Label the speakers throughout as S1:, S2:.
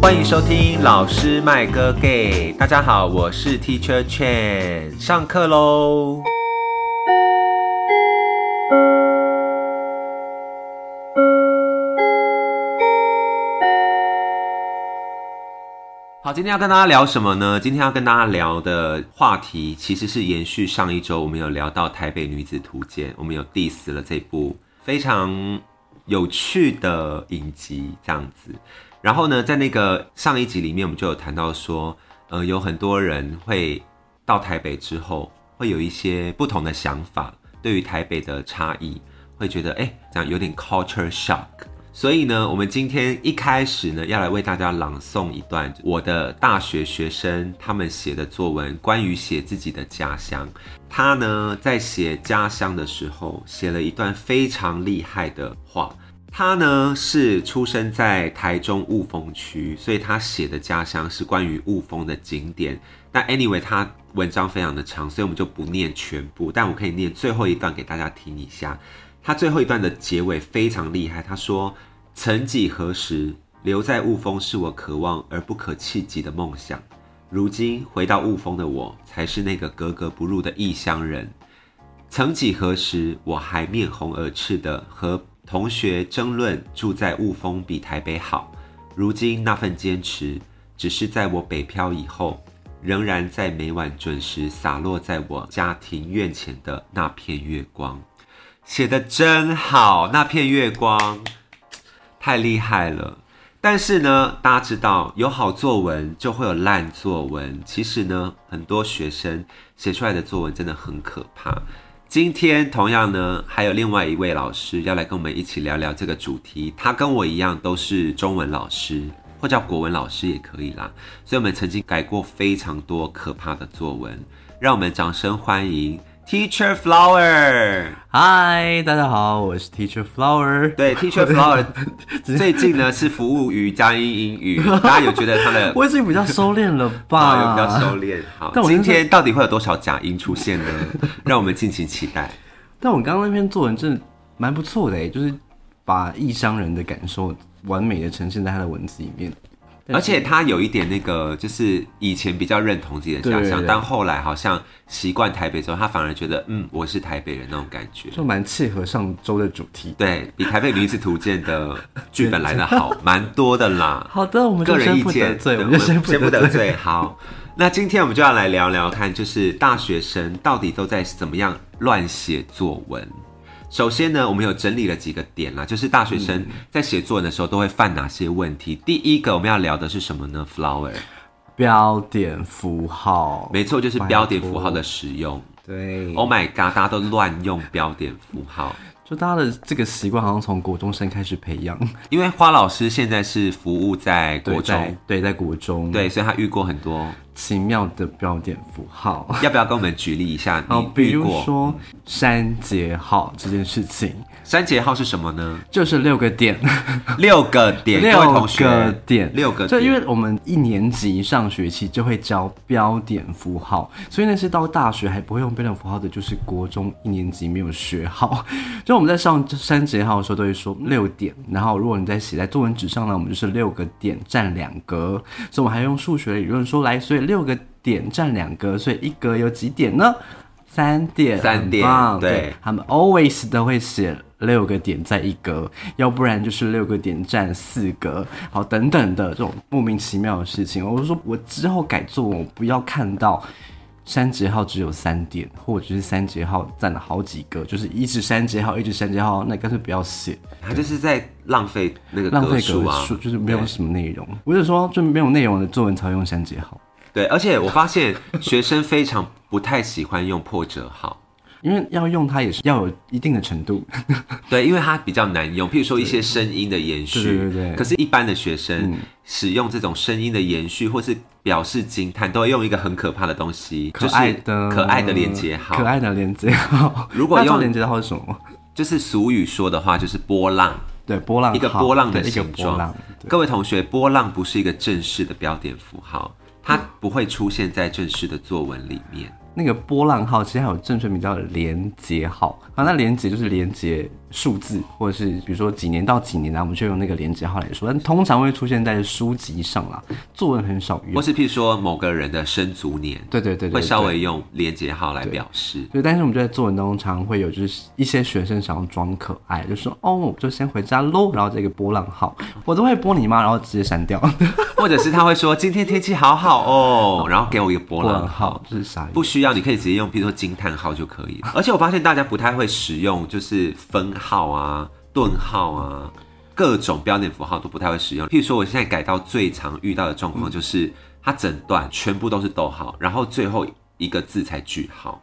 S1: 欢迎收听老师麦哥 gay，大家好，我是 Teacher Chen，上课喽。好，今天要跟大家聊什么呢？今天要跟大家聊的话题其实是延续上一周，我们有聊到《台北女子图鉴》，我们有 diss 了这部非常有趣的影集，这样子。然后呢，在那个上一集里面，我们就有谈到说，呃，有很多人会到台北之后，会有一些不同的想法，对于台北的差异，会觉得哎，诶这样有点 culture shock。所以呢，我们今天一开始呢，要来为大家朗诵一段我的大学学生他们写的作文，关于写自己的家乡。他呢在写家乡的时候，写了一段非常厉害的话。他呢是出生在台中雾峰区，所以他写的家乡是关于雾峰的景点。但 anyway，他文章非常的长，所以我们就不念全部，但我可以念最后一段给大家听一下。他最后一段的结尾非常厉害，他说：“曾几何时，留在雾峰是我渴望而不可企及的梦想。如今回到雾峰的我，才是那个格格不入的异乡人。曾几何时，我还面红耳赤的和同学争论住在雾峰比台北好。如今那份坚持，只是在我北漂以后，仍然在每晚准时洒落在我家庭院前的那片月光。写的真好，那片月光太厉害了。但是呢，大家知道有好作文就会有烂作文。其实呢，很多学生写出来的作文真的很可怕。今天同样呢，还有另外一位老师要来跟我们一起聊聊这个主题。他跟我一样都是中文老师，或叫国文老师也可以啦。所以我们曾经改过非常多可怕的作文。让我们掌声欢迎 Teacher Flower。
S2: 嗨，大家好，我是 Teacher Flower。
S1: 对，Teacher Flower 最近呢是服务于佳音英 语，大家有觉得他的
S2: 我已经比较收敛了
S1: 啊
S2: 吧？
S1: 有比较收敛？好
S2: 但，我
S1: 今
S2: 真的
S1: 天到底会有多少假音出现呢？让我们敬请期待。
S2: 但我刚刚那篇作文真的蛮不错的耶，欸就是把异乡人的感受完美的呈现在他的文字里面。但是
S1: 而且他有一点那个，就是以前比较认同自己的家
S2: 对对
S1: 乡，
S2: 对
S1: 但后来好像习惯台北之后，他反而觉得嗯，我是台北人那种感觉。
S2: 就蛮契合上周的主题。
S1: 对比《台北女子图鉴》的剧本来的好，蛮多的啦。
S2: 好的， 我们
S1: 个
S2: 就
S1: 人
S2: 先
S1: 意
S2: 不得
S1: 见，
S2: 罪，
S1: 对
S2: 我们就先不
S1: 不
S2: 得
S1: 得
S2: 罪。
S1: 罪。好，那今天我们就要来聊聊看，就是大学生到底都在怎么样乱写作文。首先呢，我们有整理了几个点啦，就是大学
S2: 嗯
S1: 生在写作文的时候都会犯哪些问题。第一个我们要聊的是什么呢？Flower，
S2: 标点符号，
S1: 没错，就是标点符号的使用。
S2: 对，
S1: Oh my god，大家都乱用标点符号。
S2: 就大家的这个习惯好像从国中生开始培养，
S1: 因为花老师现在是服务在国
S2: 对在
S1: 中，
S2: 对，在国中，
S1: 对，所以他遇过很多。
S2: 奇妙的标点符号。
S1: 要不要跟我们举例一下？
S2: 好，
S1: 你
S2: 哦比
S1: 遇
S2: 如
S1: 过
S2: 说删节号这件事情，
S1: 删节号是什么呢？
S2: 就是六个点，
S1: 六个点，各位
S2: 六
S1: 同学
S2: 个点，
S1: 六个
S2: 就
S1: 点，
S2: 因为我们一年级上学期就会教标点符号，所以那些到大学还不会用标点符号的，就是国中一年级没有学好。 就我们在上删节号的时候都会说六点，然后如果你在写在作文纸上呢，我们就是六个点占两格，所以我们还用数学理论说来，所以六个点占两格，所以一格有几点呢？三点，
S1: 三
S2: 很
S1: 点
S2: 棒
S1: 对
S2: 对他们 always 都会写六个点在一格，要不然就是六个点占四格，好等等的这种莫名其妙的事情。我就说我之后改作文，我不要看到删节号只有三点，或者是删节号占了好几格，就是一直删节号，一直删节号，那干脆不要写，
S1: 他就是在浪费那个
S2: 浪费
S1: 数
S2: 格
S1: 啊。
S2: 数，就是没有什么内容。我是说，就没有内容的作文才会用删节号。
S1: 对，而且我发现学生非常不太喜欢用破折号，
S2: 因为要用它也是要有一定的程度，
S1: 对，因为它比较难用，譬如说一些声音的延续。
S2: 对对对嗯对
S1: 可是，一般的学生使用这种声音的延续，或是表示惊叹，都会用一个很可怕的东西，
S2: 可爱
S1: 就
S2: 的
S1: 是可爱的连接号
S2: 可。爱的连接号。
S1: 如果
S2: 那这种
S1: 用
S2: 连接号是什么？
S1: 就是俗语说的话，就是波浪。
S2: 对，波浪
S1: 一个
S2: 号
S1: 波浪的
S2: 啊对一个
S1: 形
S2: 波
S1: 状
S2: 浪。。
S1: 各位同学，波浪
S2: 嗯
S1: 不是一个正式的标点符号，它不会出现在正式的作文里面。
S2: 那个波浪号其实还有正确名叫连结号啊，那连结就是连结数字，或者是比如说几年到几年啊，我们就用那个连结号来说，但通常会出现在书籍上啦，作文很少
S1: 或
S2: 用。
S1: 是譬如说某个人的生卒年，
S2: 对对对对
S1: 会稍
S2: 对
S1: 微用连结号来表示。
S2: 对，但是我们就在作文当中常会有，就是一些学生想要装可爱，就说哦，我就先回家喽，然后这个波浪号，我都会波你妈，然后直接删掉
S1: 或者是他会说今天天气好好哦，然后给我一个波
S2: 波
S1: 浪
S2: 浪
S1: 号。
S2: 号，这是啥意
S1: 不
S2: 思？
S1: 需要，你可以直接用，譬如说惊叹号就可以了。而且我发现大家不太会使用，就是分号啊、顿号啊，各种标点符号都不太会使用。譬如说，我现在改到最常遇到的状
S2: 嗯
S1: 况就是，它整段全部都是逗号，然后最后一个字才句号。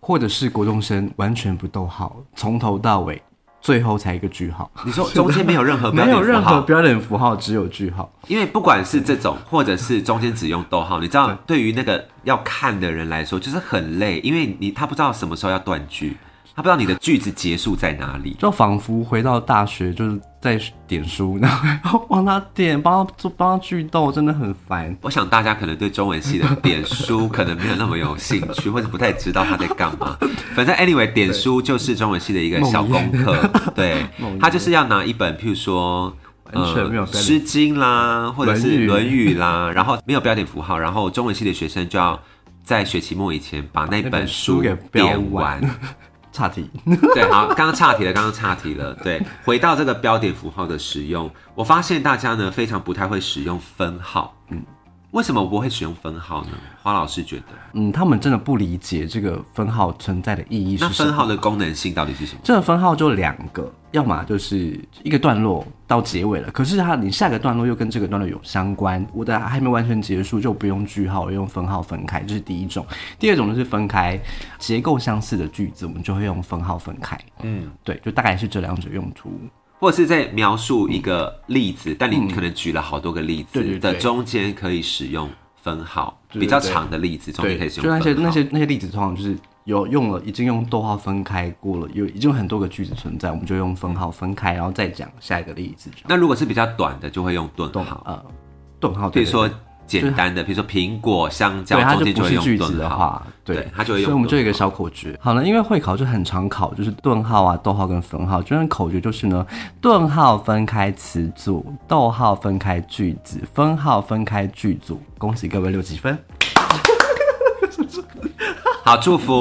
S2: 或者是国中生完全不逗号，从头到尾，最后才一个句号，
S1: 你 说中间没有任何标
S2: 没
S1: 点
S2: 有
S1: 符
S2: 任何
S1: 号，
S2: 标点符号，只有句号。
S1: 因为不管是这种，或者是中间只用逗号，你知道，对于那个要看的人来说，就是很累，因为你他不知道什么时候要断句，他不知道你的句子结束在哪里。
S2: 就仿佛回到大学，就是在点书， 然后帮他点，帮他做，帮他剧斗，真的很烦。
S1: 我想大家可能对中文系的点书可能没有那么有兴趣，或者不太知道他在干 嘛。反正 anyway，点书就是中文系的一个小功课，对，他就是要拿一本，譬如说。呃
S2: 完全没有标点
S1: 诗经》啦，或者是《
S2: 论
S1: 论语》啦，然后没有标点符号，然后中文系的学生就要在学期末以前把那
S2: 那
S1: 本
S2: 本书
S1: 书
S2: 给标
S1: 点
S2: 完
S1: 完。
S2: 岔题，
S1: 对，好，刚刚岔题了，刚刚岔题了。对，回到这个标点符号的使用，我发现大家呢非常不太会使用分号。嗯，为什么我不会使用分号呢？花老师觉得，
S2: 嗯，他们真的不理解这个分号存在的意义
S1: 那
S2: 是什
S1: 分
S2: 么。
S1: 号的功能性到底是什么？
S2: 这个分号就两个，要么就是一个段落到结尾了，可是它你下个段落又跟这个段落有相关，我的还没完全结束就不用句号，用分号分开，这是第一种。第二种就是分开结构相似的句子，我们就会用分号分开。嗯，对，就大概是这两者用途。
S1: 或者是在描述一个例子，但你可能举了好多个例
S2: 嗯对对
S1: 子
S2: 对
S1: 的中间可以使用分号，
S2: 对对
S1: 比较长的例子中间可以使
S2: 就
S1: 用
S2: 那些
S1: 分
S2: 那
S1: 号。
S2: 些那些例子，通常就是有用了，已经用逗号分开过了，有已经有很多个句子存在，我们就用分号分开，然后再讲下一个例子。
S1: 那如果是比较短的，就会用顿号，
S2: 呃，顿号，
S1: 比
S2: 对
S1: 如说简单的，比如说苹果、香蕉
S2: 对，它
S1: 中
S2: 就
S1: 间
S2: 不
S1: 会
S2: 是句
S1: 用
S2: 子
S1: 顿
S2: 的
S1: 号。
S2: 话，对
S1: 对，它就会用
S2: 所以我们就有一个
S1: 顿号
S2: 小口诀。好了，因为会考就很常考，就是顿号啊、逗号跟分号。就像口诀就是呢，顿号分开词组，逗号分开句子，分号分开句组。恭喜各位六几分。
S1: 好，祝 福，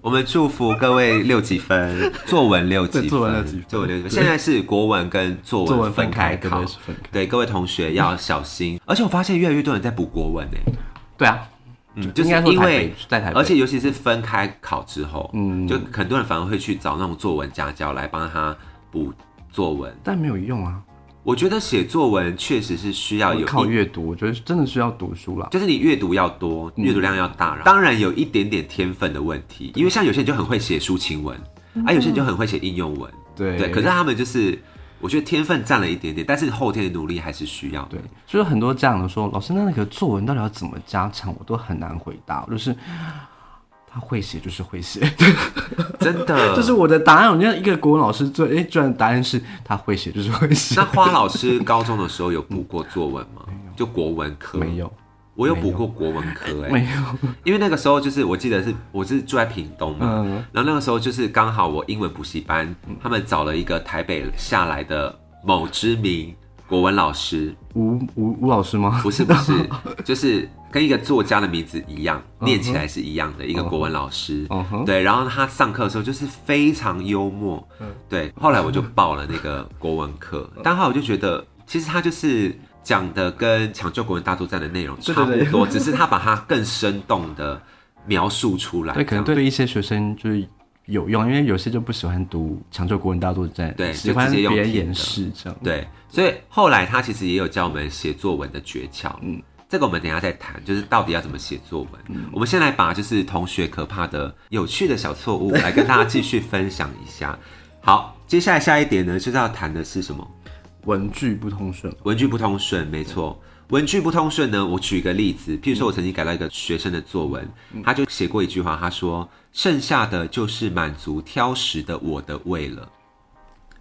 S1: 我们祝福各位六几分，作文六几
S2: 对
S1: 分，
S2: 作文六几分
S1: 作文六几分。现在是国文跟作
S2: 作
S1: 文
S2: 文分
S1: 开
S2: 开对
S1: 考
S2: 对是分开，
S1: 对各位同学要小 心。而且我发现越来越多人在补国文呢，欸
S2: 对啊，
S1: 嗯，就
S2: 就是应该说
S1: 因
S2: 台
S1: 为
S2: 北在台北，
S1: 而且尤其是分开考之后，嗯，就很多人反而会去找那种作文家教来帮他补作文。
S2: 但没有用啊。
S1: 我觉得写作文确实是需要有一
S2: 靠阅读，我觉得真的是要读书啦。
S1: 就是你阅读要多，
S2: 嗯
S1: 阅读量要大，当然有一点点天分的问题，因为像有些人就很会写抒情文，啊，有些人就很会写应用文，
S2: 嗯对
S1: 对，可是他们就是。我觉得天分占了一点点，但是后天的努力还是需要的
S2: 对。，就是很多家长都说，老师，那那个作文到底要怎么加强，我都很难回答。就是他会写就是 会写，
S1: 真的。
S2: 这是我的答案。我觉得一个国文老师最，哎，居然答案是他会写就是会写
S1: 那，花老师高中的时候有补过作文 吗？就国文科
S2: 没，有
S1: 我有补过国文科、哎，
S2: 没有，
S1: 因为那个时候就是我记得是我是住在屏东
S2: 嗯
S1: 嘛，然后那个时候就是刚好我英文补习班，他们找了一个台北下来的某知名国文老师，
S2: 吴吴吴老师吗？
S1: 不是不 是，就是跟一个作家的名字一样，念起来是一样的一个国文老师。
S2: 哦嗯哼
S1: 对，然后他上课的时候就是非常幽默。
S2: 嗯
S1: 对，后来我就报了那个国文课，但后来我就觉得，其实他就是讲的跟《抢救国文大作战》的内容差
S2: 对对
S1: 不多，只是他把它更生动的描述出来。
S2: 对，可能对一些学生就是有用，因为有些就不喜欢读《抢救国文大作战》，
S1: 对
S2: 喜
S1: 就
S2: 欢
S1: 直接
S2: 别
S1: 用
S2: 人
S1: 听的
S2: 演示这样。
S1: 对，所以后来他其实也有教我们写作文的诀窍。嗯，这个我们等一下再谈，就是到底要怎么写作文。我们先来把就是同学可怕的、有趣的小错误来跟大家继续分享一下。好，接下来下一点呢，就是要谈的是什么？
S2: 文句不通顺，
S1: 文句不通顺，没错。文句不通顺呢，我举一个例子，譬如说，我曾经改到一个学生的作文，他就写过一句话，他说：“剩下的就是满足挑食的我的胃了。”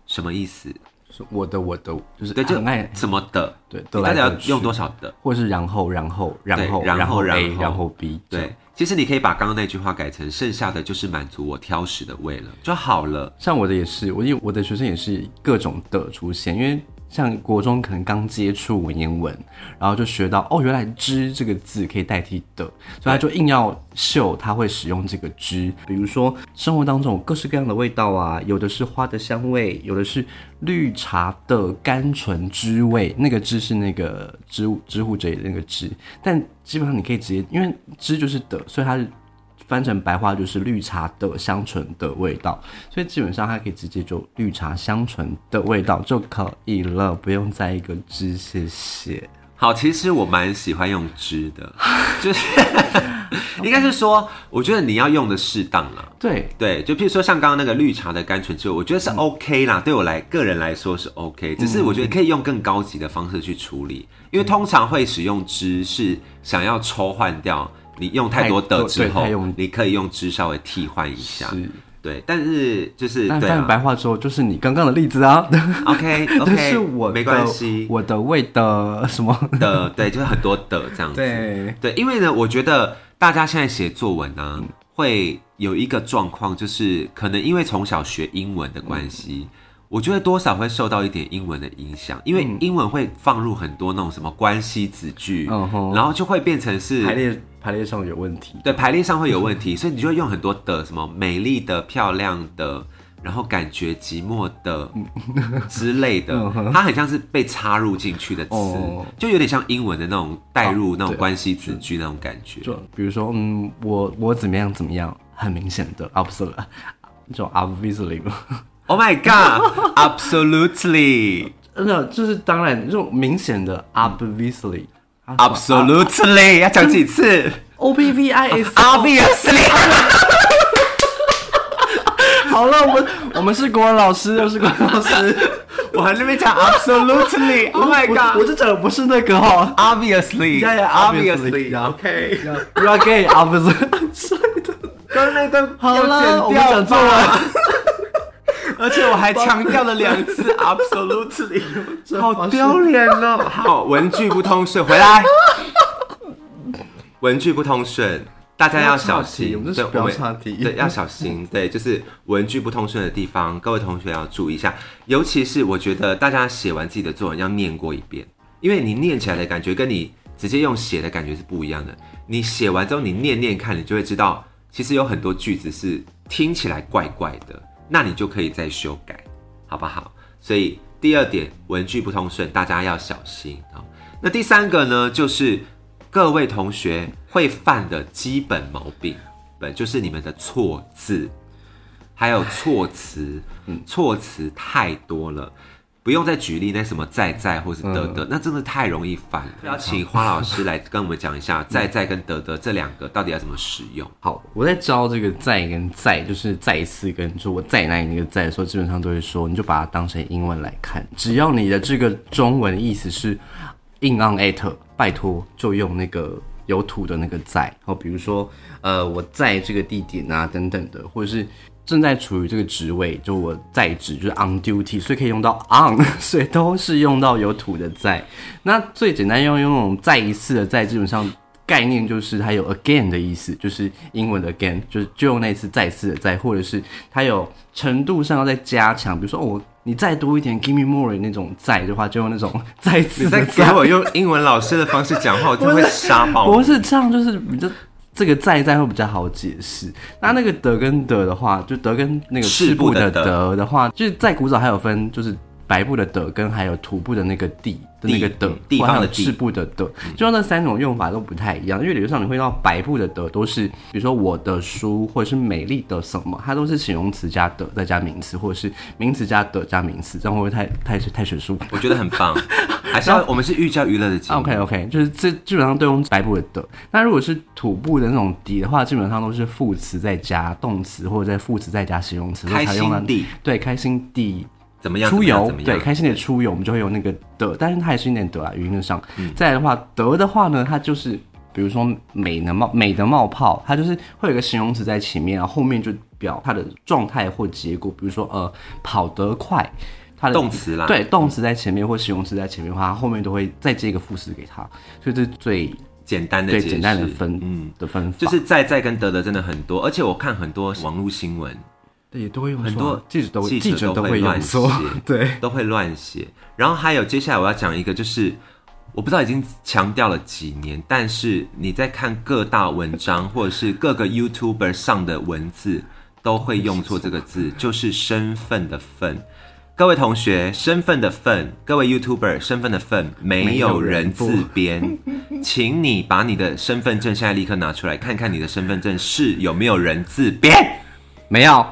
S1: 什么意思？
S2: 什说我的我的，就是
S1: 对，就
S2: 很爱
S1: 怎么的，
S2: 对，得
S1: 你
S2: 来
S1: 到底要
S2: 得去
S1: 用多少的？
S2: 或是然后然后然后
S1: 对然后
S2: 然 A
S1: 然后
S2: 然后 B 这样。
S1: 对，其实你可以把刚刚那句话改成“剩下的就是满足我挑食的胃了”就好了。
S2: 像我的也是，我因为我的学生也是各种的出现，因为像国中可能刚接触文言文，然后就学到哦，原来“之”这个字可以代替“的”，所以他就硬要秀他会使用这个“之”。比如说生活当中有各式各样的味道啊，有的是花的香味，有的是绿茶的甘醇之味，那个“之”是那个知乎知乎者也那个“知”，但基本上你可以直接，因为“之”就是“的”，所以它是。翻成白话就是绿茶的香醇的味道，所以基本上它可以直接就绿茶香醇的味道就可以了，不用再一个汁，谢谢。
S1: 好，其实我蛮喜欢用“汁” 的，就是应该是说，我觉得你要用的适当啦。
S2: 对，
S1: 对，就譬如说像刚刚那个绿茶的甘醇之味，我觉得是
S2: 嗯
S1: OK 啦，对我来个人来说是 OK，只是我觉得可以用更高级的方式去处理，因
S2: 嗯
S1: 为通常会使用汁是想要抽换掉你用太多的之
S2: 太多对
S1: 后
S2: 太用，
S1: 你可以用汁稍微替换一下，
S2: 是。
S1: 对，但是就是
S2: 但
S1: 对
S2: 翻成
S1: 啊
S2: 白话之后，就是你刚刚的例子啊，
S1: ，OK
S2: 就
S1: OK，
S2: 是我的
S1: 没关系
S2: 我的味的什么？
S1: 的，对，就是很多的这样子，
S2: 对，
S1: 对，因为呢，我觉得大家现在写作文呢、会有一个状况，就是可能因为从小学英文的关
S2: 嗯
S1: 系，我觉得多少会受到一点英文的影响，因为英文会放入很多那种什么关系子句，
S2: 嗯哼
S1: 然后就会变成是
S2: 排列排列上有问题。
S1: 对排列上会有
S2: 嗯
S1: 问题，所以你就会用很多的什么美丽的、漂亮的，然后感觉寂寞的
S2: 嗯
S1: 之类的，它很像是被插入进去的词
S2: 哦，
S1: 就有点像英文的那种带入那
S2: 对
S1: 种关系子句那种感觉。
S2: 就比如说，嗯，我我怎么样怎么样，很明显的啊，不是了，就 obviously 嘛。
S1: Oh my god! Absolutely,
S2: 那就是当然，这种明显的 obviously，啊
S1: absolutely，要讲几 次
S2: O B V I S。
S1: ？Obviously，
S2: 好了，我们我们是国文老师，又是国文老师。
S1: 我还在那边讲 absolutely。Oh my
S2: 我我
S1: god!
S2: 这讲的不是那个哦
S1: Obviously,
S2: Yeah, yeah, obviously,
S1: obviously. OK，
S2: ，You are gay 啊，不是。所以的
S1: 刚刚那段
S2: 好了，
S1: 要剪
S2: 我们
S1: 掉
S2: 讲错了，
S1: 而且我还强调了两次 absolutely，
S2: 好
S1: 丢脸哦。好，文句不通顺，回来。 文句不通顺，大家要小心。
S2: 不要岔题我们这
S1: 对
S2: 是不要岔题
S1: 对，要小心。对，就是文句不通顺的地方，各位同学要注意一下。尤其是我觉得大家写完自己的作文要念过一遍，因为你念起来的感觉跟你直接用写的感觉是不一样的。你写完之后，你念念看，你就会知道，其实有很多句子是听起来怪怪的，那你就可以再修改。好不好？所以第二点，文句不通顺，大家要小心啊。那第三个呢，就是各位同学会犯的基本毛病，本就是你们的错字，还有措辞，措辞太多了。不用再举例那什么在在或是得得，那真的太容易犯了。嗯要请花老师来跟我们讲一下在在跟得得这两个到底要怎么使用。
S2: 好，我在教这个再跟再，就是再一次跟就我再哪里那个再的时候，基本上都会说，你就把它当成英文来看，只要你的这个中文意思是 in on at，拜托就用那个有土的那个在，好，比如说呃我在这个地点啊等等的，或者是。正在处于这个职位，就我在职，就是 on duty，所以可以用到 on，所 以都是用到有土的在。那最简单用用那种再一次的在，基本上概念就是它有 again 的意思，就是英文的 again，就是就用那一次再次的再，或者是它有程度上要再加强，比如说、哦、我你再多一点 give me more 那种再的话，就用那种 再次
S1: 你
S2: 的
S1: 在给
S2: 再。
S1: 我用英文老师的方式讲话， 我就会傻爆。
S2: 不是这样，就是你就这个在在会比较好解释。那那个德跟德的话，就德跟那个
S1: 赤
S2: 赤
S1: 部
S2: 部
S1: 的
S2: 的
S1: 德
S2: 德的话，就是在古早还有分，就是白部的德跟还有土部的那个地的那个
S1: 地
S2: 德，
S1: 地
S2: 或还
S1: 方的
S2: 有
S1: 地嗯
S2: 赤部的德，就那三种用法都不太一样。因为理论上你会到白部的德都是，比如说我的书或者是美丽的什么，它都是形容词加德再加名词，或者是名词加德加名词，这样会不会太太太学术？
S1: 我觉得很 棒，还是要我们是寓教于乐的节目。
S2: OK OK，就是啊这基本上都用白部的的。那如果是土部的那种底的话，基本上都是副词再加动词，或者在副词再加形容词，
S1: 开
S2: 所以才用到
S1: 心地
S2: 对开心地
S1: 怎么样？
S2: 出游
S1: 怎么，样
S2: 对
S1: 怎么样
S2: 开心地出游，我们就会有那个的，但是它还是有点的啊，语音的上。
S1: 嗯
S2: 再来的话，德的话呢，它就是比如说美的冒美的冒泡，它就是会有一个形容词在前面，然后后面就表它的状态或结果，比如说呃跑得快。它的
S1: 动词啦
S2: 对，动词在前面或形容词在前面的话，它后面都会再接一个副词给它，所以这是最
S1: 简单的
S2: 最
S1: 解
S2: 简单的
S1: 释
S2: 分，
S1: 嗯，
S2: 的分法，
S1: 就是在在跟得的真的很多，而且我看很多网络新闻
S2: 对也都会用错，啊
S1: 很多
S2: 记者都会
S1: 记者
S2: 者
S1: 都
S2: 都
S1: 会
S2: 用
S1: 乱
S2: 错
S1: 写，
S2: 对，
S1: 都会乱写，然后还有接下来我要讲一个就是。我不知道已经强调了几年，但是你在看各大文章或者是各个 YouTuber 上的文字，都会用错这个字，就是身份的份。各位同学，身份的份，各位 YouTuber 身份的份，没有人字边， 请你把你的身份证现在立刻拿出来，看看你的身份证是有没有人字边。
S2: 没有，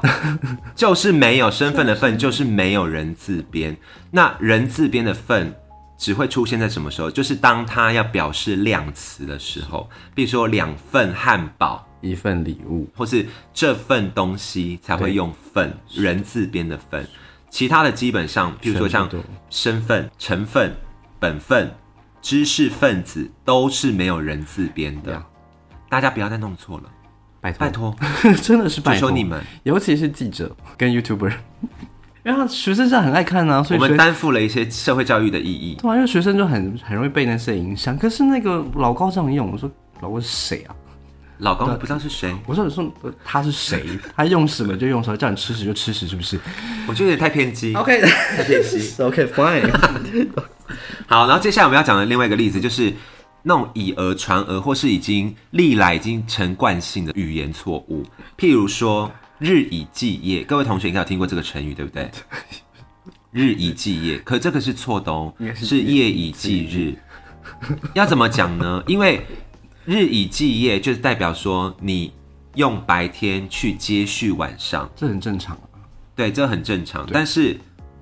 S1: 就是没有身份的份，就是没有人字边。那人字边的份只会出现在什么时候？就是当它要表示量词的时候，比如说两份汉堡，
S2: 一份礼物，
S1: 或是这份东西才会
S2: 对
S1: 用份人字边的份。其他的基本上，譬如说像
S2: 全部都
S1: 身份、成分、本分、知识分子，都是没有人字边的
S2: 呀。
S1: 大家不要再弄错了，
S2: 拜托
S1: 拜，托，
S2: 真的是
S1: 求
S2: 拜
S1: 求
S2: 托
S1: 你，们，
S2: 尤其是记者跟 YouTuber，因为他学生是很爱看 啊，所
S1: 我
S2: 以
S1: 们
S2: 学
S1: 担负了一些社会教育的意义。
S2: 对啊，因为学生就很很容易被那些影响。可是那个老高这样用，我说老高是谁啊？
S1: 老公，我不知道是谁，
S2: 我说你说呃他是谁？ 他用什么就用什么，叫你吃屎就吃屎，是不是
S1: 我觉得有点太偏激。
S2: ？OK
S1: 太偏激
S2: OK fine，
S1: 好，然后接下来我们要讲的另外一个例子就是那种以讹传讹，或是已经历来已经成惯性的语言错误，譬如说日以继夜，各位同学应该有听过这个成语，对不对？日以继夜，可这个是错的哦
S2: 应该，是
S1: 是夜以继日。要怎么讲呢？因为日以继夜就是代表说你用白天去接续晚上。
S2: 这很正常啊。
S1: 对，这很正常。但是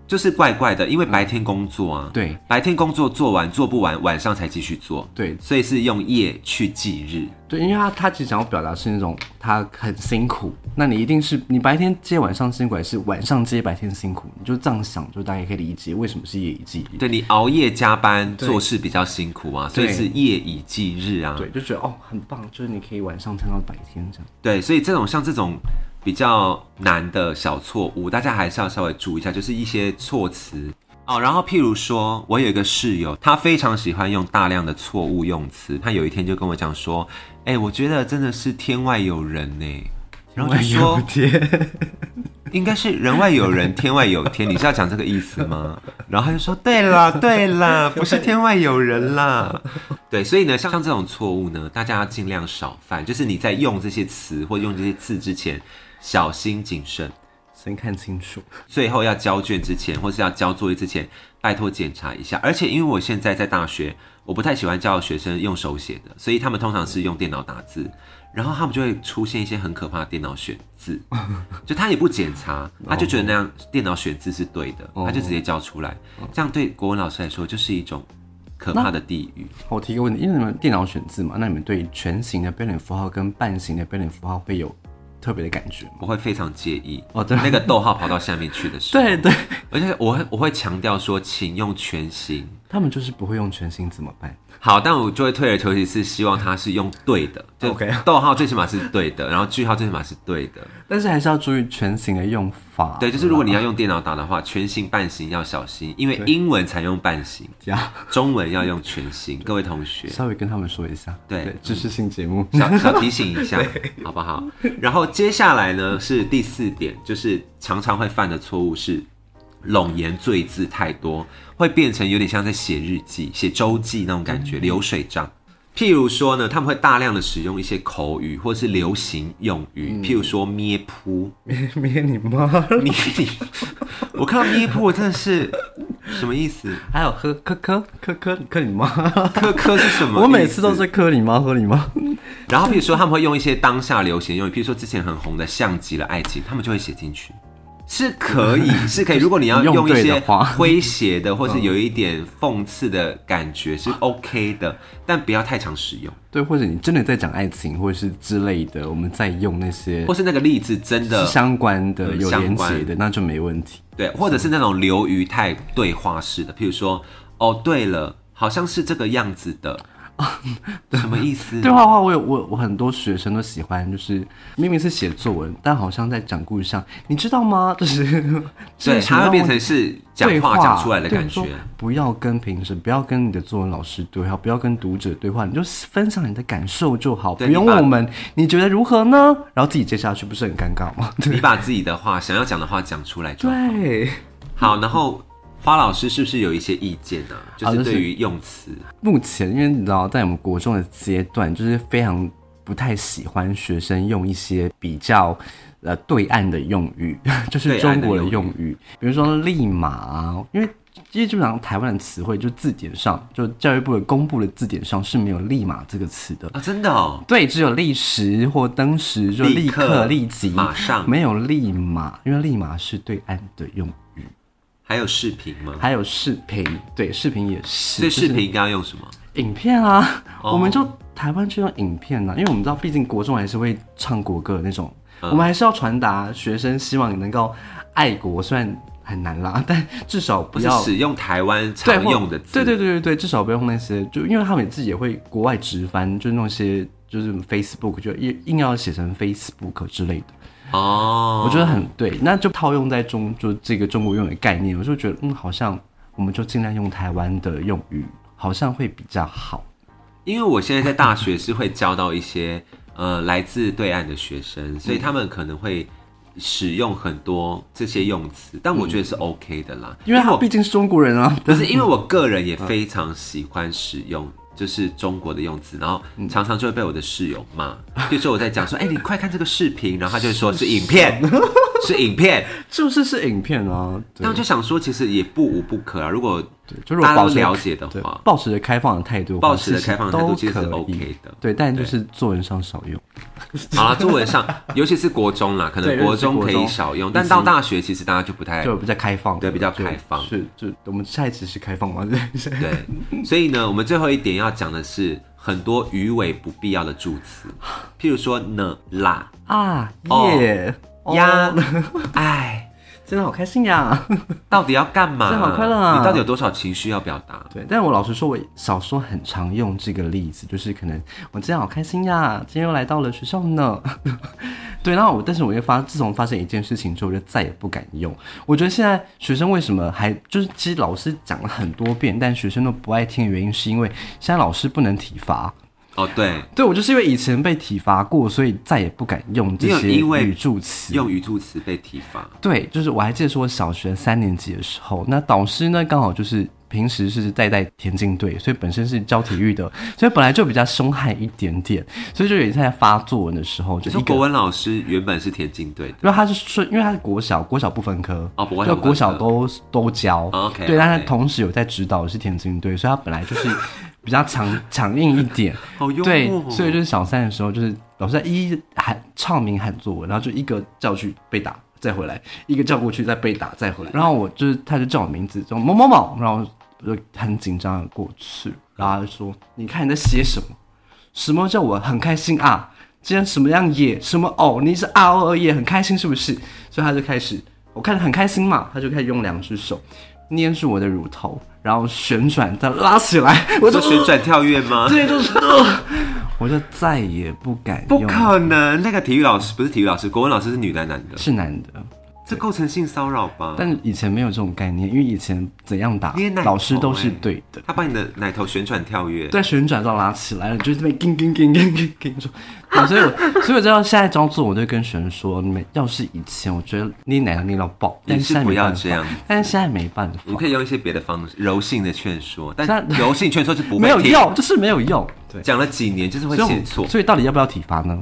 S1: 就是怪怪的，因为白天工作啊，
S2: 嗯对
S1: 白天工作做完做不完，晚上才继续做，
S2: 对
S1: 所以是用夜去记日。
S2: 对，因为他他其实想要表达是那种他很辛苦，那你一定是你白天接晚上辛苦，还是晚上接白天辛苦？你就这样想，就大概可以理解为什么是夜以继日。
S1: 对你熬夜加班
S2: 对
S1: 做事比较辛苦啊，所以
S2: 对
S1: 是夜以继日啊。
S2: 对，就觉得哦很棒，就是你可以晚上看到白天这样。
S1: 对，所以这种像这种比较难的小错误，大家还是要稍微注意一下，就是一些措辞哦。然后譬如说，我有一个室友，他非常喜欢用大量的错误用词。他有一天就跟我讲说：“哎、我觉得真的是天外有人呢、然后就说
S2: 有天，
S1: 应该是人外有人，天外有天，你是要讲这个意思 吗？然后他就说：“对啦，对啦，不是天外有人啦。”对，所以呢，像像这种错误呢，大家要尽量少犯，就是你在用这些词或用这些字之前，小心谨慎。
S2: 先看清楚。
S1: 最后要交卷之前，或是要交作业之前，拜托检查一下。而且因为我现在在大学，我不太喜欢教学生用手写的，所以他们通常是用电脑打字，然后他们就会出现一些很可怕的电脑选字，就他也不检 查，他就觉得那样电脑选字是对的，
S2: 哦
S1: 他就直接交出来。这样对国文老师来说就是一种可怕的地狱。
S2: 我提个问题，因为你们电脑选字嘛，那你们对全形的标点符号跟半形的标点符号会有特别的感觉吗？
S1: 我会非常介意
S2: 哦对
S1: 那个逗号跑到下面去的时候，
S2: 对对，
S1: 而且我会我会强调说，请用全形。
S2: 他们就是不会用全形怎么办？
S1: 好，但我就会退而求其次，希望它是用对的，就
S2: OK
S1: 逗号最起码是对的，然后句号最起码是对的。
S2: 但是还是要注意全形的用法。
S1: 对，就是如果你要用电脑打的话，全形半形要小心，因为英文才用半形，
S2: 这样
S1: 中文要用全形。各位同学，
S2: 稍微跟他们说一下，
S1: 对
S2: 知识性节目。
S1: 小小提醒一下，好不好？然后接下来呢是第四点，就是常常会犯的错误是冗言赘字太多，会变成有点像在写日记、写周记那种感
S2: 嗯
S1: 觉，流水账。譬如说呢，他们会大量的使用一些口语或是流行用语，
S2: 嗯
S1: 譬如说咩噗
S2: 咩咩你妈！
S1: 咩，我看到咩噗，我真的是什么意 思？
S2: 还有喝科科科科科你妈！
S1: 科科是什么？
S2: 我每次都。是科你妈喝你妈。
S1: 然后譬如说他们会用一些当下流行用语，譬如说之前很红的像极了爱情，他们就会写进去。是可 以，是可以。如果你要
S2: 用
S1: 用一
S2: 对
S1: 些
S2: 的话
S1: 诙谐的，或是有一点讽刺的感觉，是 OK 的，但不要太常使用。
S2: 对，或者你真的在讲爱情，或者是之类的，我们再用那些
S1: 或是那个例子真的呃
S2: 相关的有
S1: 相
S2: 连
S1: 关
S2: 结的，那就没问题。
S1: 对，或者是那种 流于太对话式的，譬如说，哦，对了，好像是这个样子的，什么意思？
S2: 对画画，我有我我很多学生都喜欢，就是明明是写作文，但好像在讲故事上，你知道吗？就是
S1: 对，它会变成是讲话讲出来的
S2: 对
S1: 感
S2: 说
S1: 觉。
S2: 不要跟评审，不要跟你的作文老师对话，不要跟读者对话，你就分享你的感受就好，不
S1: 对
S2: 用
S1: 你把
S2: 问我们你觉得如何呢？然后自己接下去不是很尴尬吗？
S1: 你把自己的话想要讲的话讲出来就好。
S2: 对，
S1: 好，然后花老师是不是有一些意见呢、啊？就
S2: 啊就是是
S1: 对于用词，
S2: 目前因为你知道，在我们国中的阶段，就是非常不太喜欢学生用一些比较。呃，对岸的用语 就是
S1: 对岸
S2: 中
S1: 的
S2: 国的
S1: 用
S2: 用语，比如说立马啊，因为基本上台湾的词汇就字典上，就教育部的公布的字典上是没有“立马”这个词的。
S1: 啊，真的哦，
S2: 对，只有立时或登时，就
S1: 立
S2: 立刻、
S1: 刻
S2: 立即，
S1: 马上
S2: 没有立马，因为立马是对岸的用语。
S1: 还有视频吗？
S2: 还有视频，对，视频也是，
S1: 所以
S2: 就是
S1: 视频应该要用什么？
S2: 影片啊，
S1: 哦
S2: 我们就台湾就用影片啊，因为我们知道，毕竟国中还是会唱国歌的那种，
S1: 嗯
S2: 我们还是要传达学生希望能够爱国，虽然很难啦， 但至少
S1: 不
S2: 不
S1: 是
S2: 要
S1: 使用台湾
S2: 对
S1: 常
S2: 或
S1: 用的字，
S2: 对对对对对，至少不用那些，就因为他们自己也会国外直翻，就那些就是 Facebook 就硬硬要写成 Facebook 之类的，
S1: 哦，
S2: 我觉得很对，那就套用在中就这个中国用语概念，我就觉得嗯，好像我们就尽量用台湾的用语，好像会比较好。
S1: 因为我现在在大学是会教到一些呃来自对岸的学生，
S2: 嗯
S1: 所以他们可能会使用很多这些用词，但我觉得
S2: 嗯
S1: 是 OK 的啦，
S2: 因为他
S1: 我
S2: 毕竟是中国人啊，
S1: 不是因为我个人也非常喜欢使用。就是中国的用词，然后常常就会被我的室友骂。就说我在讲说，哎、你快看这个视频，然后他就会说是影片， 是影片。
S2: 就是是影片啊，对
S1: 那我就想说，其实也不无不可啊。如果
S2: 对，就是
S1: 大家
S2: 保
S1: 都
S2: 持
S1: 了解的
S2: 对
S1: 话，
S2: 保持着开放的态度，
S1: 保持着
S2: 其实
S1: 开放的态度
S2: 都
S1: 其实是
S2: 可以
S1: OK 的
S2: 对，但就是作文上少用。
S1: 好啦，作文上，尤其是国中啦，可能
S2: 对
S1: 国中
S2: 尤
S1: 可
S2: 其是国
S1: 以
S2: 中
S1: 少用，
S2: 以及
S1: 但到大学其实大家就不太
S2: 就比较开放的，
S1: 对比较
S2: 就
S1: 开放
S2: 是就我们下一集是开放吗？对，
S1: 对。所以呢，我们最后一点要讲的是很多鱼尾不必要的助词，譬如说呢、啦、
S2: 啊
S1: 哦
S2: 耶
S1: 呀
S2: 呀，、
S1: 哎，
S2: 真的好开心呀！
S1: 到底要干嘛？
S2: 这样好快乐啊
S1: 你到底有多少情绪要表达？
S2: 对，但我老实说，我小时候很常用这个例子，就是可能我今天好开心呀，今天又来到了学校呢。 对，然后我，但是我又发，自从发生一件事情之后，我就再也不敢用。我觉得现在学生为什么还就是，其实老师讲了很多遍，但学生都不爱听的原因，是因为现在老师不能体罚。
S1: 哦，对，
S2: 对我就是因为以前被体罚过，所以再也不敢用这些
S1: 你有因为
S2: 语助词。
S1: 用语助词被体罚，
S2: 对，就是我还记得是我小学三年级的时候，那导师呢刚好就是平时是在带田径队，所以本身是教体育的，所以本来就比较凶悍一点点，所以就有一次在发作文的时候，就
S1: 你
S2: 一
S1: 说
S2: 个
S1: 国。文老师原本是田径队的，
S2: 因为他是顺，因为他是国小，国小不分科，
S1: 哦国小
S2: 就
S1: 不分科
S2: 国小都都教。
S1: 哦，OK，
S2: 对，但
S1: OK
S2: 他同时有在指导的是田径队，所以他本来就是比较强强硬一点。
S1: 好幽默
S2: 对
S1: 哦，
S2: 所以就是小三的时候，就是老师在一一喊唱名喊作文，然后就一个叫去被打，再回来，一个叫过去再被打，再回来。然后我就是他就叫我名字，就某某某，然后我就很紧张的过去，然后他就说：“你看你在写什么？什么叫我很开心啊？今天什么样也什么哦？你是啊哦而已，很开心是不是？”所以他就开始，我看很开心嘛，他就开始用两只手捏住我的乳头，然后旋转再拉起来，我
S1: 我
S2: 就
S1: 说旋转跳跃吗？
S2: 对，就是，呃我就再也不敢
S1: 不
S2: 用
S1: 可能，那个体育老师不是体育老师，国文老师是女的还是男的，
S2: 是男的，
S1: 这构成性骚扰吧？
S2: 但以前没有这种概念，因为以前怎样打
S1: 捏奶头
S2: 老师都是
S1: 欸
S2: 对的，
S1: 他把你的奶头旋转跳跃，
S2: 在旋转到拉起来了，你就这边叮叮叮叮叮叮说，对所以我所以我知道现在装作我就跟学生说，你们要是以前我觉得捏奶要捏到爆，但
S1: 你是
S2: 现在
S1: 不
S2: 没
S1: 要
S2: 办
S1: 这
S2: 法
S1: 样子，
S2: 但是现在没办
S1: 我们
S2: 法，
S1: 可以用一些别的方式，柔性的劝说，但
S2: 那
S1: 柔性劝说是不会
S2: 没有
S1: 听，
S2: 用，就是没有用，对，
S1: 讲了几年就是会
S2: 所以我
S1: 写
S2: 们
S1: 错。
S2: 所以到底要不要体罚呢？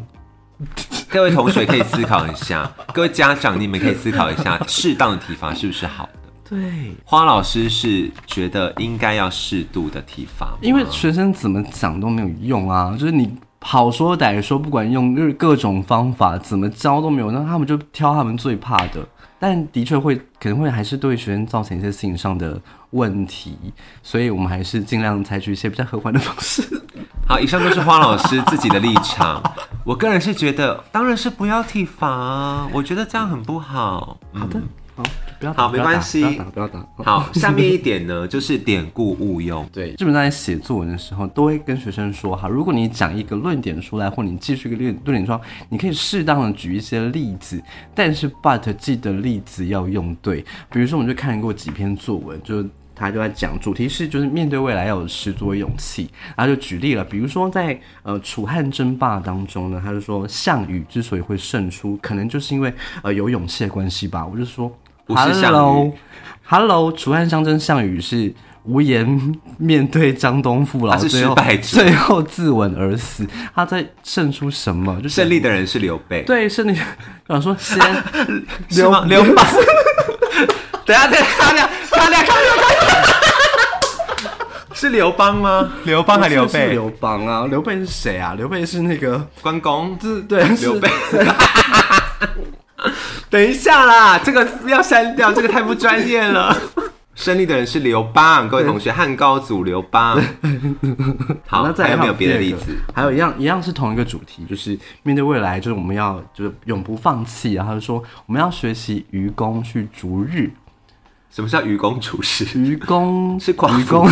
S1: 各位同学可以思考一下，各位家长你们可以思考一下，适当的体罚是不是好的？
S2: 对，
S1: 花老师是觉得应该要适度的体罚吗，
S2: 因为学生怎么讲都没有用啊，就是你好说歹说，不管用就是各种方法怎么教都没有，那他们就挑他们最怕的。但的确会可能会还是对学生造成一些心理上的问题，所以我们还是尽量采取一些比较和缓的方式。
S1: 好，以上就是花老师自己的立 场。我个人是觉得，当然是不要体罚啊，我觉得这样很不好。嗯
S2: 好的，好，不要打
S1: 好，没关系
S2: 不要打，不要打。不要打
S1: 好，下面一点呢，就是典故勿 用。
S2: 对，基本上在写作文的时候，都会跟学生说哈，如果你讲一个论点出来，或你记述一个论论点出来，你可以适当的举一些例子，但是 but 记得例子要用对。比如说，我们就看过几篇作文，就。他就在讲，主题是就是面对未来要有十足的勇气，然后就举例了，比如说在呃楚汉争霸当中呢，他就说项羽之所以会胜出，可能就是因为呃有勇气的关系吧。我就说
S1: 不是项羽
S2: Hello, Hello，楚汉相争，项羽是无颜面对张东父老，
S1: 他是
S2: 最后
S1: 失败者
S2: 最后自刎而死。他在胜出什么？就是
S1: 胜利的人是啊刘备，
S2: 对胜利。我想说先
S1: 是吗？刘邦。等一下，等一下，他俩，他俩，他俩，他俩，是刘邦吗？刘邦还刘
S2: 不是是
S1: 备？
S2: 刘邦啊，刘备是谁啊？刘备是那个
S1: 关公？
S2: 是对是
S1: 刘备。 等一下啦，这个要删掉，这个太不专业 了。胜利的人是刘邦，各位同学，汉高祖刘邦。 好，
S2: 那再
S1: 还
S2: 来
S1: 有没有别的
S2: 第
S1: 例
S2: 二个
S1: 子？？
S2: 还有一样一样是同一个主题，就是面对未来，就是我们要就是永不放弃。然后就说我们要学习愚公去逐日，
S1: 什么叫愚公处事？
S2: 愚 公
S1: 是夸
S2: 愚
S1: 父
S2: 公。，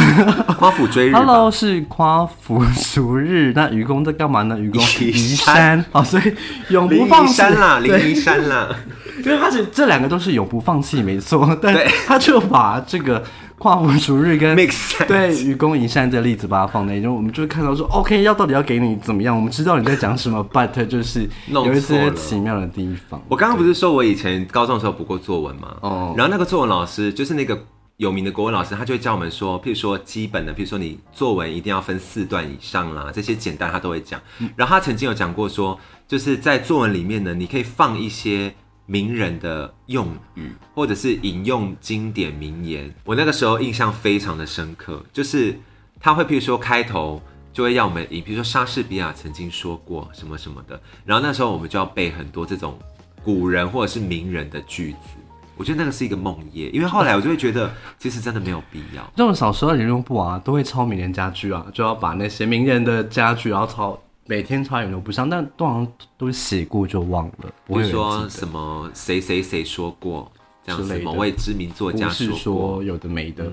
S1: 夸父追日 吧
S2: Hello，是夸父逐日。那愚公在干嘛 呢？愚公
S1: 移
S2: 移
S1: 山
S2: 山，哦，所以永不
S1: 林
S2: 放
S1: 一
S2: 弃
S1: 山啦，
S2: 对
S1: 林一山啦。
S2: 因为他是这两个都是永不放弃，没错，但
S1: 对
S2: 他就把这个跨步逐日跟
S1: Mix 在
S2: 对愚公移山这个例子把它放在一起，我们就会看到说，OK，要到底要给你怎么样？我们知道你在讲什么 ，but 就是
S1: 弄
S2: 有一
S1: 错
S2: 些
S1: 了
S2: 奇妙的地方。
S1: 我刚刚不是说我以前高中的时候补过作文吗？
S2: 哦
S1: 然后那个作文老师就是那个有名的国文老师，他就会教我们说，譬如说基本的，譬如说你作文一定要分四段以上啦，这些简单他都会讲。然后他曾经有讲过说，就是在作文里面呢，你可以放一些。名人的用语，或者是引用经典名言，我那个时候印象非常的深刻。就是他会，譬如说开头就会要我们引，比如说莎士比亚曾经说过什么什么的，然后那时候我们就要背很多这种古人或者是名人的句子。我觉得那个是一个梦魇，因为后来我就会觉 得，其实真的没有必要。
S2: 这种小时候的联络簿啊，都会抄名人家具啊，就要把那些名人的家具，然后抄每天抄也都不上，但通常都写过就忘了，不
S1: 比
S2: 会
S1: 如
S2: 有人
S1: 说
S2: 记
S1: 什么谁谁谁说过这样
S2: 之
S1: 子，
S2: 类的
S1: 某位知名作
S2: 得
S1: 家
S2: 不是
S1: 过。嗯
S2: 说有的没的。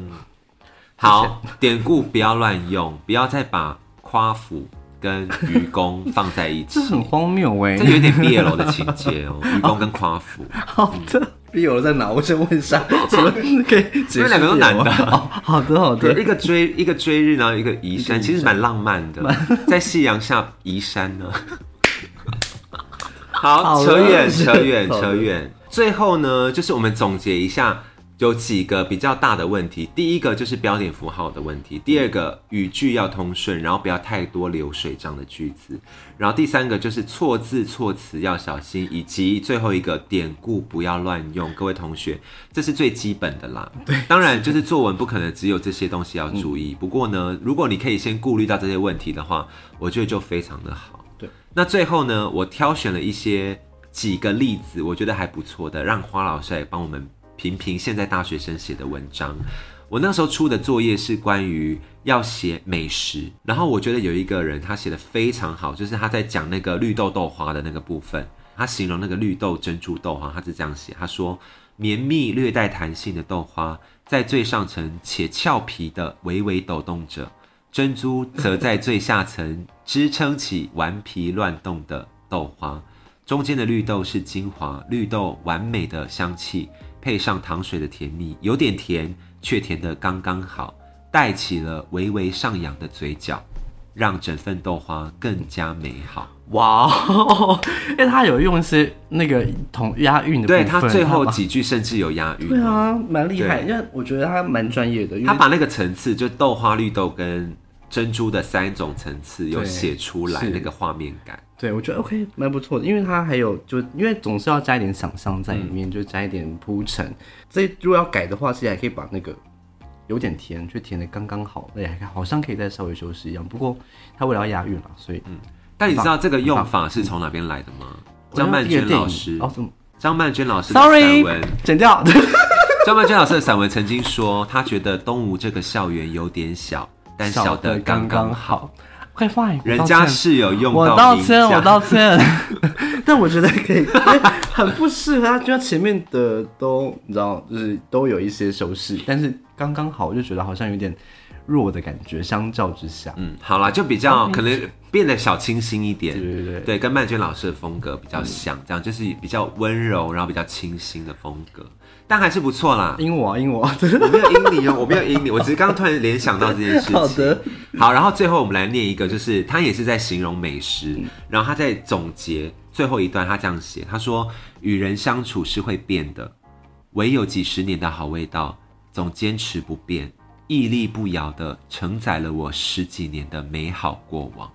S1: 好，典故不要乱用，不要再把夸父跟愚公放在一起
S2: 这，很荒谬哎、
S1: 这有点 BL 的情节 哦。愚公跟夸父，
S2: 好的，B 友在哪？我先问一下，请问可以解释
S1: 因为两个都男的
S2: BL 吗哦，好的，好
S1: 对，
S2: 的。
S1: 一个追一个追日，然后一个移山，其实蛮浪漫 的，在夕阳下移山呢。好，
S2: 好
S1: 扯
S2: 了
S1: 远扯 远
S2: 好的
S1: 扯远。最后呢，就是我们总结一下，有几个比较大的问题。第一个就是标点符号的问题，第二个语句要通顺，然后不要太多流水账的句子，然后第三个就是错字措辞要小心，以及最后一个典故不要乱用。各位同学，这是最基本的啦。对，当然就是作文不可能只有这些东西要注意。不过呢，如果你可以先顾虑到这些问题的话，我觉得就非常的好。那最后呢，我挑选了一些几个例子，我觉得还不错的，让花老师来帮我们评评现在大学生写的文章。我那时候出的作业是关于要写美食，然后我觉得有一个人他写的非常好，就是他在讲那个绿豆豆花的那个部分，他形容那个绿豆珍珠豆花，他是这样写，他说绵密略带弹性的豆花，在最上层且俏皮的微微抖动着，珍珠则在最下层支撑起顽皮乱动的豆花，中间的绿豆是精华，绿豆完美的香气，配上糖水的甜蜜，有点甜，却甜得刚刚好，带起了微微上扬的嘴角，让整份豆花更加美好。
S2: 哇哦，哎，他有用一些那个同押韵的部
S1: 对
S2: 分，
S1: 他最后
S2: 把
S1: 几句甚至有押韵
S2: 对
S1: 哦，
S2: 啊，蛮厉害，因为我觉得他蛮专业的，因为
S1: 他把那个层次，就豆花、绿豆跟珍珠的三种层次有
S2: 对
S1: 写出来
S2: 是
S1: 那个画面感。
S2: 对，我觉得 OK 蛮不错的，因为它还有就因为总是要加一点想象在里
S1: 嗯
S2: 面，就加一点铺陈。所以如果要改的话，其实还可以把那个有点甜，却甜的刚刚好，那也还好像可以再稍微修饰一样。不过它为了要押韵嘛，所以
S1: 嗯但你知道这个用法是从哪边来的吗？张曼娟老师，
S2: 哦，怎么
S1: 张曼娟老师的散
S2: ？Sorry，
S1: 文，
S2: 剪掉。
S1: 张曼娟老师的散文曾经说，她觉得东吴这个校园有点小，但小的
S2: 的
S1: 刚
S2: 刚
S1: 好。
S2: 好。快 fine，我
S1: 人
S2: 道
S1: 家
S2: 歉
S1: 是有用
S2: 我
S1: 到
S2: 道
S1: 名
S2: 歉，
S1: 家
S2: 我道歉。但我觉得可以，因为很不适合。他觉得前面的都你知道，就是都有一些修饰，但是刚刚好，我就觉得好像有点弱的感觉，相较之下。
S1: 嗯，好啦，就比较可能变得小清新一点，
S2: 对对对
S1: 对，跟曼娟老师的风格比较像，这样就是比较温柔，然后比较清新的风格，但还是不错啦。
S2: 因我啊，因我啊，
S1: 我没有阴你哦，我没有阴你，我只是刚刚突然联想到这件事情。
S2: 好的，
S1: 好，然后最后我们来念一个，就是他也是在形容美食，然后他在总结最后一段，他这样写，他说与人相处是会变的，唯有几十年的好味道，总坚持不变，屹立不摇的承载了我十几年的美好过 往。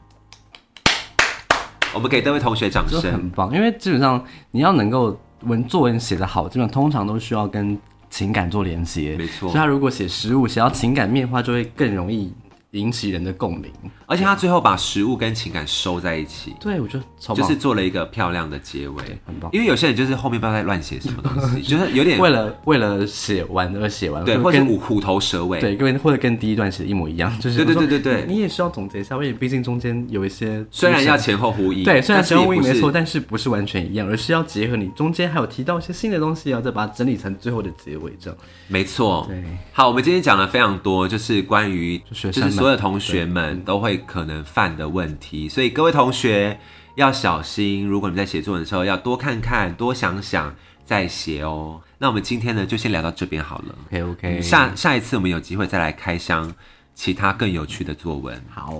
S1: 我们给这位同学掌
S2: 就
S1: 声。
S2: 很棒。因为基本上你要能够文作文写得好，基本上通常都需要跟情感做连接，
S1: 没错
S2: 所以他如果写食物，写到情感面的话，就会更容易引起人的共鸣。
S1: 而且他最后把食物跟情感收在一起，
S2: 对，我觉得超
S1: 就
S2: 棒，
S1: 是做了一个漂亮的结尾，
S2: 很棒
S1: 因为有些人就是后面不知道在乱写什么东 西，就是有点
S2: 为了为了写完而写完，
S1: 对，
S2: 就
S1: 或者
S2: 跟
S1: 是虎虎头蛇尾，
S2: 对，跟或者跟第一段写的一模一样，就是
S1: 对对对
S2: 我说
S1: 对对对
S2: 你也需要总结一下，因为毕竟中间有一些
S1: 虽然
S2: 精神
S1: 要前后呼应，
S2: 对，虽然前后呼应
S1: 但
S2: 没
S1: 是也
S2: 错，
S1: 不是
S2: 但是不是完全一样，而是要结合你中间还有提到一些新的东西，然后再把它整理成最后的结尾，这样
S1: 没错
S2: 对。
S1: 好，我们今天讲了非常多，就是关于
S2: 就学生
S1: 就是
S2: 们
S1: 所有同学们都会可能犯的问题，所以各位同学要小心，如果你在写作文的时候要多看看，多想想再写哦。那我们今天呢就先聊到这边好了，
S2: OK OK，
S1: 嗯下下一次我们有机会再来开箱其他更有趣的作文。
S2: 好，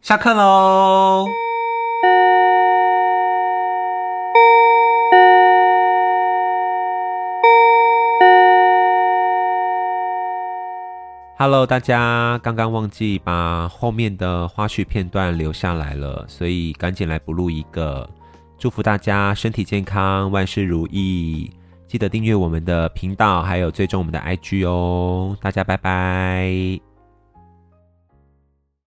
S1: 下课喽。Hello，大家，刚刚忘记把后面的花絮片段留下来了，所以赶紧来补录一个。祝福大家身体健康，万事如意。记得订阅我们的频道，还有追踪我们的 IG 哦。大家拜拜。